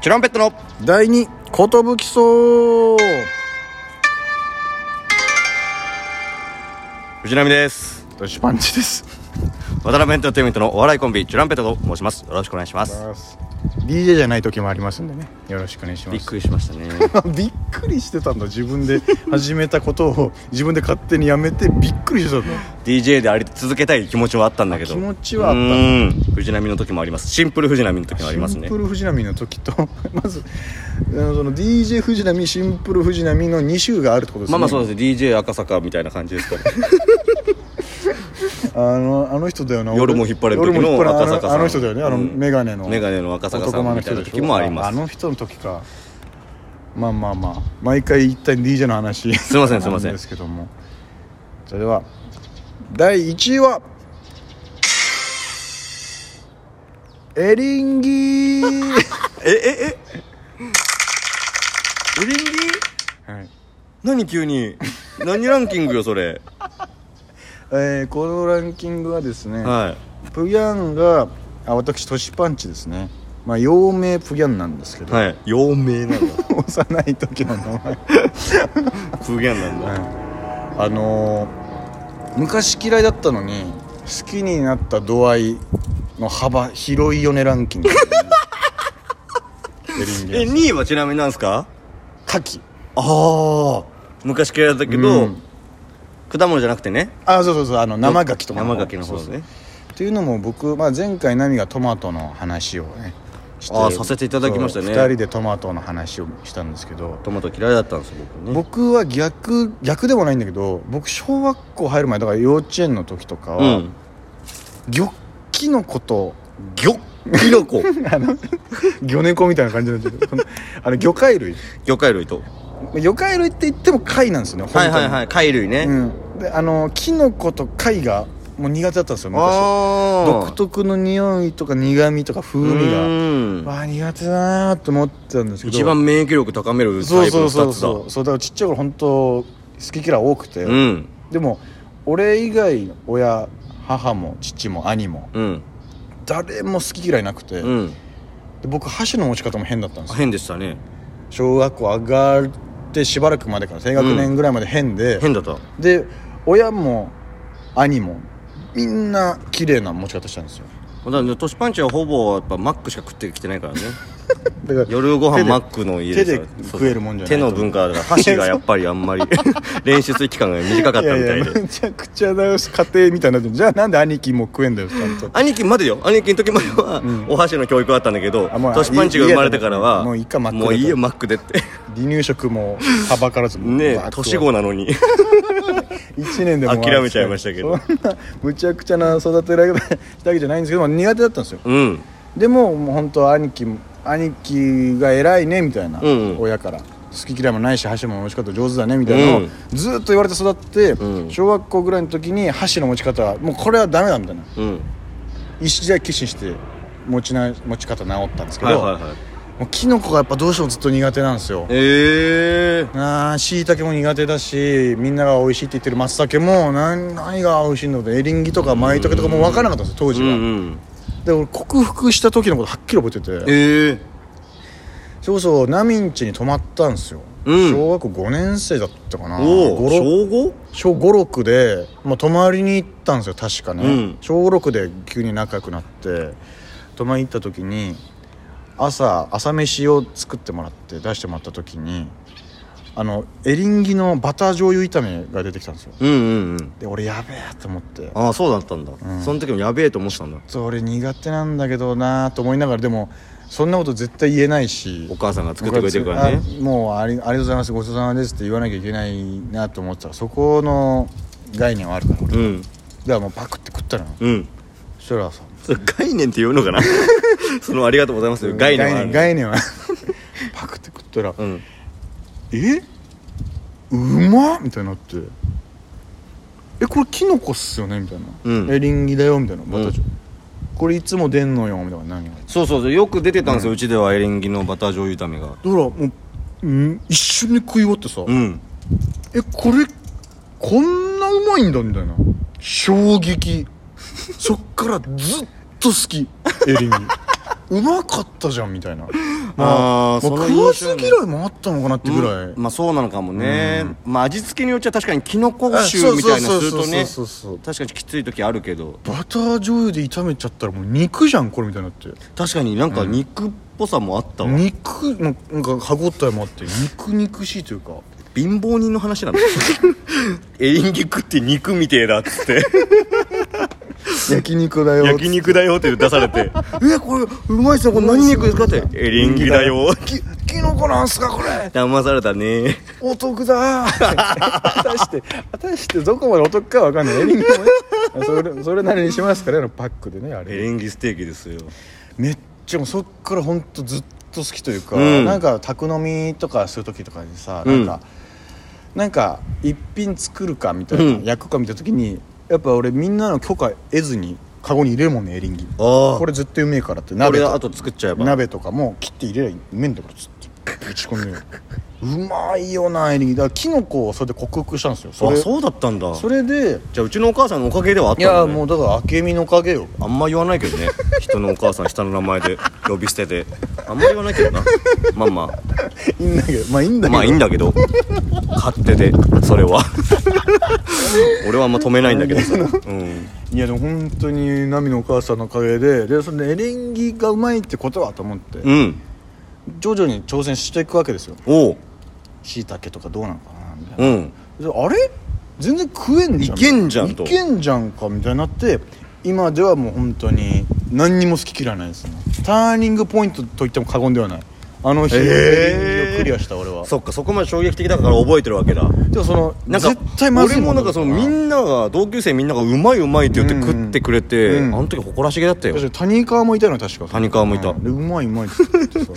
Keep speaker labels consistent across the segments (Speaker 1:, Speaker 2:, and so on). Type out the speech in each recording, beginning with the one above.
Speaker 1: チュランペットの
Speaker 2: 第二ことぶきそう
Speaker 1: 藤波です
Speaker 2: ドシパンチです
Speaker 1: 渡辺エンターテインメントのお笑いコンビチュランペットと申しますよろしくお願いします
Speaker 2: DJ じゃない時もありますんでねよろしくお願いします
Speaker 1: びっくりしましたね
Speaker 2: びっくりしてたんだ自分で始めたことを自分で勝手にやめてびっくりしてたんだ
Speaker 1: DJ であり続けたい気持ちはあったんだけど
Speaker 2: 気持ちはあった
Speaker 1: うーん藤波の時もありますシンプル藤波の時もあります
Speaker 2: シ
Speaker 1: ね
Speaker 2: ンプル藤波の時と まずあのその DJ 藤波シンプル藤波の2週があるってことですね
Speaker 1: まあまあそうですね DJ 赤坂みたいな感じですから、ね、
Speaker 2: あのあの人だよな
Speaker 1: 夜も引っ張れる時
Speaker 2: 夜も引っ
Speaker 1: の
Speaker 2: 張れる
Speaker 1: 赤坂さん
Speaker 2: あのあの人だよねあの
Speaker 1: うん
Speaker 2: メガネの
Speaker 1: メガネの赤坂さ
Speaker 2: 男前
Speaker 1: ん
Speaker 2: の
Speaker 1: みた
Speaker 2: 人
Speaker 1: いな
Speaker 2: でしょ
Speaker 1: 時もありま
Speaker 2: あ
Speaker 1: す
Speaker 2: の人の時かまあまあまあ毎回一旦 DJ の話
Speaker 1: すいませんすいません
Speaker 2: なんですけどもそれでは第1位はエリ ンギ
Speaker 1: えええエリンギ
Speaker 2: はい
Speaker 1: 何急に何ランキングよそれ
Speaker 2: えーこのランキングはですね、
Speaker 1: は
Speaker 2: プギャンがあ私トシパンチですねまあ幼名プギャンなんですけ
Speaker 1: い
Speaker 2: ど、
Speaker 1: はい陽明なん だ
Speaker 2: 幼い時の名前
Speaker 1: プーギャンなんだ、
Speaker 2: あのー昔嫌いだったのに好きになった度合いの幅広いよねラン キングエ
Speaker 1: え
Speaker 2: リンギ
Speaker 1: 2位はちなみになんですか
Speaker 2: 牡蠣
Speaker 1: ああ昔嫌いだったけど、
Speaker 2: うん
Speaker 1: 果物じゃなくてね
Speaker 2: あそうそうそうあの生牡蠣とか
Speaker 1: 生牡蠣の方
Speaker 2: そ
Speaker 1: で
Speaker 2: うそう
Speaker 1: ね
Speaker 2: っていうのも僕、まあ、前回ナミがトマトの話をねして
Speaker 1: あーさせていただきましたね
Speaker 2: そう二人でトマトの話をしたんですけど
Speaker 1: トマト嫌いだったんですよ僕ね
Speaker 2: 僕は逆逆でもないんだけど僕小学校入る前だから幼稚園の時とか
Speaker 1: う
Speaker 2: は、
Speaker 1: ん
Speaker 2: 魚っきのこと
Speaker 1: ギョキノコ
Speaker 2: 魚猫みたいな感じなんですけどこのあの魚介類
Speaker 1: 魚介類と
Speaker 2: 魚介類って言っても貝なんですよね本当
Speaker 1: はい
Speaker 2: に
Speaker 1: はいはい貝類ね、
Speaker 2: うん、であのキノコと貝がもう苦手だったんですよ昔
Speaker 1: ああ
Speaker 2: 独特の匂いとか苦味とか風味が
Speaker 1: が
Speaker 2: わあ苦手だなと思ってたんですけど
Speaker 1: 一番免疫力高める
Speaker 2: そ
Speaker 1: タ
Speaker 2: う
Speaker 1: イプ
Speaker 2: そ
Speaker 1: の2
Speaker 2: うそう
Speaker 1: つだ
Speaker 2: そうそうだからちっちゃい頃本当好き嫌い多くて、
Speaker 1: うん
Speaker 2: でも俺以外の親母も父も兄も
Speaker 1: うん
Speaker 2: 誰も好き嫌いなくて、
Speaker 1: うん
Speaker 2: で僕箸の持ち方も変だったんですよ
Speaker 1: 変でしたね
Speaker 2: 小学校上がってしばらくまでから低学年ぐらいまで変で、
Speaker 1: 変だった
Speaker 2: で親も兄もみんな綺麗な持ち方したんですよ
Speaker 1: まだね、トシパンチはほぼやっぱマックしか食ってきてないからね
Speaker 2: だから
Speaker 1: 夜ご
Speaker 2: 手
Speaker 1: 飯
Speaker 2: で
Speaker 1: マックの家ですから
Speaker 2: 手で食えるもんじゃない
Speaker 1: そうそう手の文 化だから箸がやっぱりあんまり 練習する期間が短かったみたい
Speaker 2: や
Speaker 1: で
Speaker 2: いやめちゃくちゃな家庭みたいになってるじゃあなんで兄貴も食えんだよちゃんと
Speaker 1: 兄貴までよ兄貴の時までは、お箸の教育あったんだけど
Speaker 2: あもう
Speaker 1: 年パンチが生まれてからは
Speaker 2: もういいかマックで
Speaker 1: もういいよマックでって
Speaker 2: 離乳食もはばから ず
Speaker 1: ねえ年
Speaker 2: 後
Speaker 1: 子なの に
Speaker 2: 1年でも
Speaker 1: 諦めちゃいましたけど
Speaker 2: そんなむちゃくちゃな育てられたわけじゃないんですけど苦手だったんですよ
Speaker 1: うん
Speaker 2: でももう本当兄貴も兄貴が偉いねみたいな、
Speaker 1: うんうん
Speaker 2: 親から好き嫌いもないし箸も持ち方上手だねみたいなのを、
Speaker 1: うん
Speaker 2: ずっと言われて育って、
Speaker 1: うん
Speaker 2: 小学校ぐらいの時に箸の持ち方はもうこれはダメだみたいな
Speaker 1: うん
Speaker 2: 一時は決心して持ちな持ち方直ったんですけ
Speaker 1: はい
Speaker 2: ど、
Speaker 1: はいはい
Speaker 2: もうキノコがやっぱどうしてもずっと苦手なんですよ
Speaker 1: ええ
Speaker 2: あー椎茸も苦手だしみんなが美味しいって言ってる松茸も何何が美味しいのでエリンギとか舞茸とかも分からなかったんですよ当時
Speaker 1: うん
Speaker 2: は、
Speaker 1: うん
Speaker 2: で俺克服した時のことはっきり覚えてて
Speaker 1: ええ
Speaker 2: そうそうナミンチに泊まったんですよ、
Speaker 1: うん
Speaker 2: 小学校5年生だったかな
Speaker 1: お
Speaker 2: 五
Speaker 1: お
Speaker 2: 六
Speaker 1: 小五
Speaker 2: 小56で、まあ、泊まりに行ったんですよ確かね、
Speaker 1: うん
Speaker 2: 小56で急に仲良くなって泊まりに行った時に朝朝飯を作ってもらって出してもらった時にあのエリンギのバター醤油炒めが出てきたんですよ
Speaker 1: うんうんうん
Speaker 2: で俺やべえと思って
Speaker 1: ああそうだったんだ、その時もやべえと思ってたんだ
Speaker 2: ちょっと俺苦手なんだけどなと思いながらでもそんなこと絶対言えないし
Speaker 1: お母さんが作ってくれてるからね
Speaker 2: あもうありありがとうございますごちそうさまですって言わなきゃいけないなと思ってたらそこの概念はあるから俺だか
Speaker 1: うん
Speaker 2: らもうパクって食ったのよ
Speaker 1: うん
Speaker 2: そしたらさ
Speaker 1: それ概念って言う のかなそのありがとうございます概念はある
Speaker 2: 概念概念は パクって食ったら「
Speaker 1: うん
Speaker 2: えうまっ!」みたいになって「えこれキノコっすよね?」みたいな「
Speaker 1: うん
Speaker 2: えリンギだよ」みたいな「
Speaker 1: ん
Speaker 2: 私、これいつも出んのよ」みたいな何が
Speaker 1: そうそうそうよく出てたんですよ、うちではエリンギのバター醤油炒めが
Speaker 2: だからもう、うん、一緒に食い終わってさ「
Speaker 1: うん
Speaker 2: えこれこんなうまいんだ」みたいな 衝撃そっからずっと好きエリンギうまかったじゃんみたいな
Speaker 1: あー
Speaker 2: もう
Speaker 1: その
Speaker 2: 食わず
Speaker 1: 印象ね
Speaker 2: 嫌いもあったのかなってぐらい、
Speaker 1: まあそうなのかもね、まあ味付けによっちゃ確かにキノコ
Speaker 2: あ
Speaker 1: 臭みたいなのするとね
Speaker 2: そうそうそうそうそう
Speaker 1: 確かにきつい時あるけど
Speaker 2: バター醤油で炒めちゃったらもう肉じゃんこれみたいになって
Speaker 1: 確かになんか肉っぽさもあったわ、
Speaker 2: 肉のなんか歯応えもあって肉肉しいというか
Speaker 1: 貧乏人の話なんだ エリンギ食って肉みてえだっつって
Speaker 2: 焼肉だよ
Speaker 1: 焼肉だよって出され て「えこれうまいっすねこれ何肉ですか?」って「エリンギだよ
Speaker 2: きキノコなんすかこれ」
Speaker 1: 騙されたね
Speaker 2: お得だ 果たして果たしてどこまでお得かわかんないエリンギもねそれそれなりにしますからねパックでねあ
Speaker 1: エ
Speaker 2: れ
Speaker 1: リンギステーキですよ
Speaker 2: めっちゃもうそっからほんとずっと好きというか、
Speaker 1: うん
Speaker 2: なんか宅飲みとかする時とかにさ
Speaker 1: う
Speaker 2: なん
Speaker 1: ん
Speaker 2: か、なんか一品作るかみたいな、
Speaker 1: うん
Speaker 2: 焼くかみたいな時にやっぱ俺みんなの許可得ずにカゴに入れるもんねエリンギ
Speaker 1: あ
Speaker 2: これずっとうめえからって
Speaker 1: こ
Speaker 2: 鍋
Speaker 1: れ
Speaker 2: と
Speaker 1: あと作っちゃえば
Speaker 2: 鍋とかも切って入れりゃいい麺だからずっと打ち込んでるうまいよなエリンギだからキノコをそれで克服したんですよそ
Speaker 1: あ
Speaker 2: れ
Speaker 1: そうだったんだ
Speaker 2: それで
Speaker 1: じゃあうちのお母さんのおかげではあっ
Speaker 2: い
Speaker 1: たん
Speaker 2: や
Speaker 1: だ、ね、
Speaker 2: もうだから明美のおかげよ
Speaker 1: あんま言わないけどね人のお母さん下の名前 で呼び捨てであんま言わないけどなまあま
Speaker 2: いいんだけどまあいいん
Speaker 1: あ
Speaker 2: だけど
Speaker 1: まあいいんだけど勝手でそれ は俺はあんま止めないんだけどさ、うん、
Speaker 2: いやでも本当にナミのお母さんのおかげででそれでエリンギがうまいってことはと思って
Speaker 1: うん
Speaker 2: 徐々に挑戦していくわけですよ
Speaker 1: おう
Speaker 2: しいたけとかどうなのかなみたいな
Speaker 1: うん
Speaker 2: であれ全然食えんじゃん
Speaker 1: いけんじゃんと
Speaker 2: いけんじゃんかみたいになって今ではもう本当に何にも好き嫌いないですねターニングポイントと言っても過言ではないあの日、エリンギをクリアした俺は
Speaker 1: そっかそこまで衝撃的だから覚えてるわけだ
Speaker 2: でもその
Speaker 1: なんか
Speaker 2: 絶対まずい
Speaker 1: 俺もなんかそのみんなが同級生みんながうまいうまいって言って
Speaker 2: うんうん
Speaker 1: 食ってくれて、
Speaker 2: うん
Speaker 1: あの時誇らしげだったよ
Speaker 2: 確かに谷川もいたのよ確か
Speaker 1: 谷川もいた
Speaker 2: うんでうまいうまいって言ってさ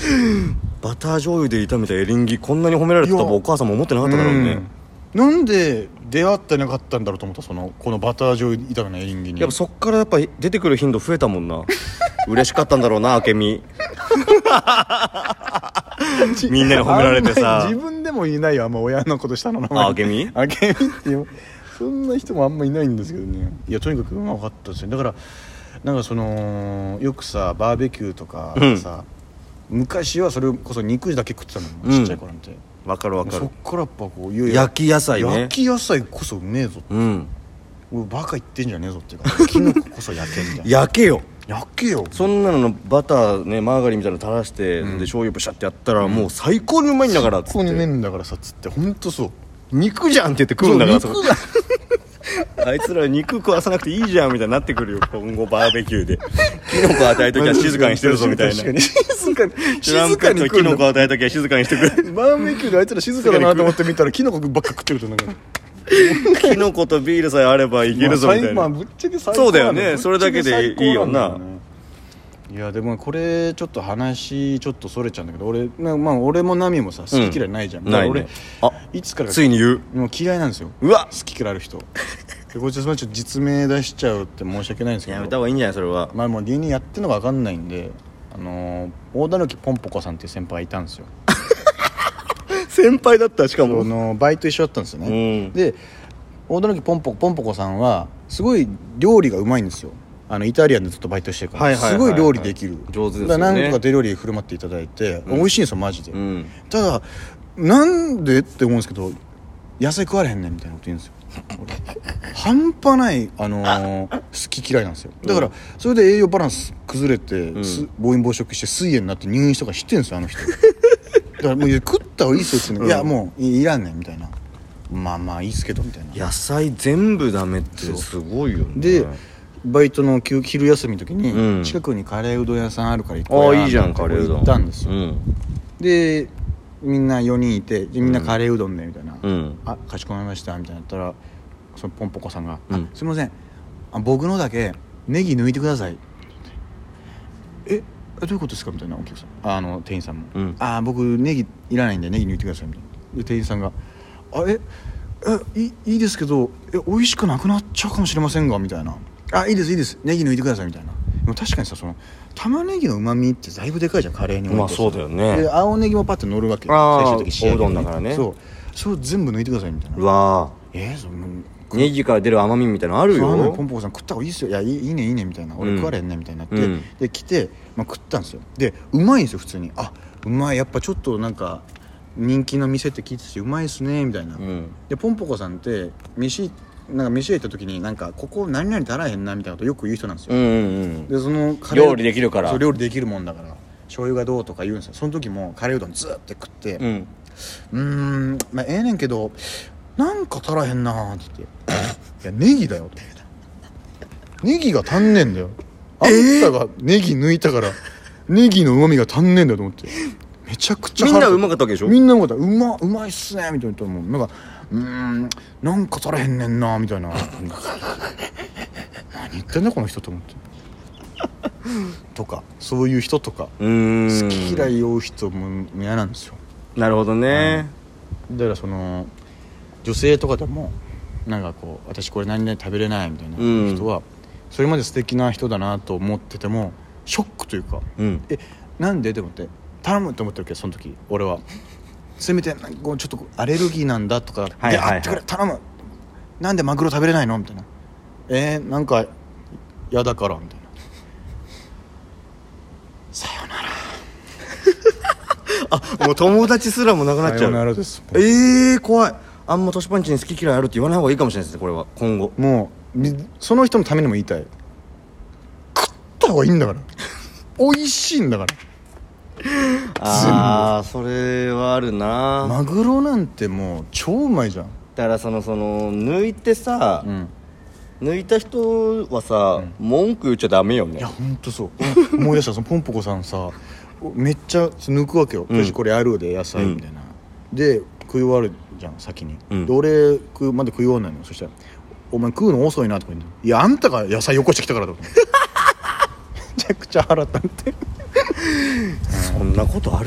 Speaker 1: バター醤油で炒めたエリンギこんなに褒められてたと
Speaker 2: いや
Speaker 1: お母さんも思ってなかっただろうね、
Speaker 2: うんなんで出会ってなかったんだろうと思ったそのこのバター醤油炒めのエリンギに
Speaker 1: やっぱそっからやっぱ出てくる頻度増えたもん な嬉しかったんだろうな明美みんなに褒められて
Speaker 2: あんま
Speaker 1: さ
Speaker 2: り自分でもいないよあんま親のことしたの名
Speaker 1: あけみ
Speaker 2: あけみっていうそんな人もあんまいないんですけどねいやとにかくうまかったですよだからなんかそのよくさバーベキューとかさ、昔はそれこそ肉だけ食ってたの
Speaker 1: うん
Speaker 2: ちっちゃい頃なんて、
Speaker 1: わかるわか
Speaker 2: そ
Speaker 1: る
Speaker 2: っからやっぱこういやいや
Speaker 1: 焼き野菜ね
Speaker 2: 焼き野菜こそうめえぞ
Speaker 1: うん
Speaker 2: 俺バカ言ってんじゃねえぞっていうかキノコこそ焼けみ たいな
Speaker 1: 焼けよ
Speaker 2: 焼けよ
Speaker 1: そんなののバターねマーガリンみたいなの垂らして、で醤油ブシャってやったらもう最高にうまいんだからっつ
Speaker 2: ここ
Speaker 1: っ
Speaker 2: に
Speaker 1: て
Speaker 2: 麺だからさつって本当そう
Speaker 1: 肉じゃんって言って食うんだから
Speaker 2: そ
Speaker 1: そうこあいつら肉食わさなくていいじゃんみたいになってくるよ今後バーベキュ ーでキノコ与えときは静かにしてるぞみたいな
Speaker 2: 確かに静かに
Speaker 1: トラ
Speaker 2: 静
Speaker 1: ンペ
Speaker 2: か
Speaker 1: ッ
Speaker 2: に
Speaker 1: ト
Speaker 2: 来
Speaker 1: キ
Speaker 2: る
Speaker 1: ノ
Speaker 2: の
Speaker 1: コ与えときは静かにしてく れ
Speaker 2: バーベキューであいつら静かだなと思って見たらキノコばっか食ってるとなんか
Speaker 1: キノコとビールさえあればいけるぞみたい
Speaker 2: まあ
Speaker 1: な、
Speaker 2: 最まあぶっちゃけ最高
Speaker 1: そうだよね
Speaker 2: なんよ
Speaker 1: それだけでいいよな
Speaker 2: ぶっちゃけ最高んだよねいやでもこれちょっと話ちょっとそれちゃうんだけど俺なまあ俺もナミもさ好き嫌いないじゃん、
Speaker 1: うん
Speaker 2: だから
Speaker 1: ない
Speaker 2: 俺
Speaker 1: ねあ
Speaker 2: いつからか
Speaker 1: ついに言う
Speaker 2: もう嫌いなんですよ
Speaker 1: うわ
Speaker 2: 好き嫌いある人でこいつちょっと実名出しちゃうって申し訳ないんですけど
Speaker 1: やめた方がいいんじゃないそれは
Speaker 2: まあもう芸人やってるのか分かんないんであのー大田貫ポンポコさんっていう先輩いたんですよ
Speaker 1: 先輩だったしか
Speaker 2: あのバイト一緒だったんですよね、
Speaker 1: うん
Speaker 2: で大田貫ポンポコポンポコさんはすごい料理がうまいんですよあのイタリアンでずっとバイトしてるから、
Speaker 1: はいはいはいはい
Speaker 2: すごい料理できる
Speaker 1: 上手ですよね
Speaker 2: だから何個か手料理振る舞っていただいて、美味しいんですよマジで、
Speaker 1: うん
Speaker 2: ただなんでって思うんですけど野菜食われへんねんみたいなこと言うんですよ俺半端ない、あのー好き嫌いなんですよだから、それで栄養バランス崩れて、す暴飲暴食して膵炎になって入院したとか知ってんですよあの人だからもういや食った方がいいっすよって言うの、いやもういいらんねんみたいなまあまあいいっすけどみたいな
Speaker 1: 野菜全部ダメってすごいよね
Speaker 2: でバイトの休昼休みの時に、
Speaker 1: うん
Speaker 2: 近くにカレーうどん屋さんあるから行
Speaker 1: あ
Speaker 2: こう
Speaker 1: あ
Speaker 2: や
Speaker 1: いいじゃん
Speaker 2: みた
Speaker 1: カ
Speaker 2: な
Speaker 1: レーうどん
Speaker 2: 行ったんですよ、
Speaker 1: うん
Speaker 2: でみんな4人いてでみんなカレーうどんねみたいな、
Speaker 1: うん
Speaker 2: あかしこまりましたみたいなやったらそのポンポコさんが「
Speaker 1: うん
Speaker 2: あすいませんあ僕のだけネギ抜いてください」え「えどういうことですか?」みたいなお客さんああの店員さんも「
Speaker 1: うん
Speaker 2: あ僕ネギいらないんでネギ抜いてください」みたいなで店員さんが「あええいいいいですけどえ美味しくなくなっちゃうかもしれませんが」みたいな「あいいですいいですネギ抜いてください」みたいなでも確かにさその玉ねぎのうまみってだいぶでかいじゃんカレーにおいて
Speaker 1: まあそうだよね
Speaker 2: で青ネギもパッて乗るわけ
Speaker 1: あー
Speaker 2: 最終的に仕上げに
Speaker 1: おうどんだからね
Speaker 2: そうそれを全部抜いてくださいみたいな
Speaker 1: うわ
Speaker 2: えー、その
Speaker 1: ネギから出る甘みみたいなのある
Speaker 2: そうなのポ
Speaker 1: よ
Speaker 2: ンポコさん食った方がいいっすよいやいいいいねいいねみたいな
Speaker 1: う
Speaker 2: 俺
Speaker 1: ん
Speaker 2: 食われへんねみたいになって、
Speaker 1: うん
Speaker 2: で来て、まあ、食ったんですよでうまいんですよ普通にあうまいやっぱちょっとなんか人気の店って聞いてたしうまいっすねみたいな、
Speaker 1: うん
Speaker 2: でポンポコさんって飯なんか飯屋行った時になんかここ何々足らへんなみたいなことよく言う人なんです
Speaker 1: うんう
Speaker 2: よ、
Speaker 1: ん
Speaker 2: でそのカ
Speaker 1: 料理できるから
Speaker 2: そう料理できるもんだから醤油がどうとか言うんですよその時もカレーうどんずーって食って、
Speaker 1: うんうん
Speaker 2: うーんまあええねんけどなんか足らへんなーって言って「いや ネギだよ」ってネギが足んねえんだよあんたがネギ抜いたからネギのうまみが足んねえんだよと思ってめちゃくちゃ
Speaker 1: みんなうま
Speaker 2: か
Speaker 1: かっ
Speaker 2: っ
Speaker 1: たわけでしたょ
Speaker 2: みんなうまかったうまうまいっすねみたいな言ったらもうなんかうーんなんか足らへんねんなみたいな 何言ってんだこの人と思ってとかそういう人とか
Speaker 1: うーん
Speaker 2: 好き嫌いを人も嫌なんですよ
Speaker 1: なるほどね
Speaker 2: だからその女性とかでもなんかこう私これ何々食べれないみたいな
Speaker 1: うん
Speaker 2: 人は、それまで素敵な人だなと思っててもショックというか
Speaker 1: うん
Speaker 2: えなんでと思って頼むと思ってるけどその時俺はせめてなんかこうちょっとアレルギーなんだとか「
Speaker 1: はいはいはい
Speaker 2: であってくれ頼むなんでマグロ食べれないの?」みたいな「えー、なんか嫌だから」みたいな「さよなら」
Speaker 1: もう友達すらもなくなっちゃう
Speaker 2: らです
Speaker 1: ええ怖いあんま年パンチに好き嫌いあるって言わない方がいいかもしれないですねこれは今後
Speaker 2: もうみその人のためにも言いたい食った方がいいんだから美味しいんだから
Speaker 1: ああそれはあるな、
Speaker 2: マグロなんてもう超うまいじゃん、
Speaker 1: だからそのその抜いてさ、
Speaker 2: ん、
Speaker 1: 抜いた人はさ、文句言っちゃダメよ
Speaker 2: い
Speaker 1: ね
Speaker 2: やほんとそう思い出したそのポンポコさんさめっちゃ抜くわけよ「
Speaker 1: うん
Speaker 2: 私これやるで野菜」みたいな、で食い終わるじゃん先に、
Speaker 1: うん
Speaker 2: で俺食うまだ食い終わんないのそしたら「お前食うの遅いな」とか言って「いやあんたが野菜よこしてきたから」と かめちゃくちゃ腹立って
Speaker 1: そんなことある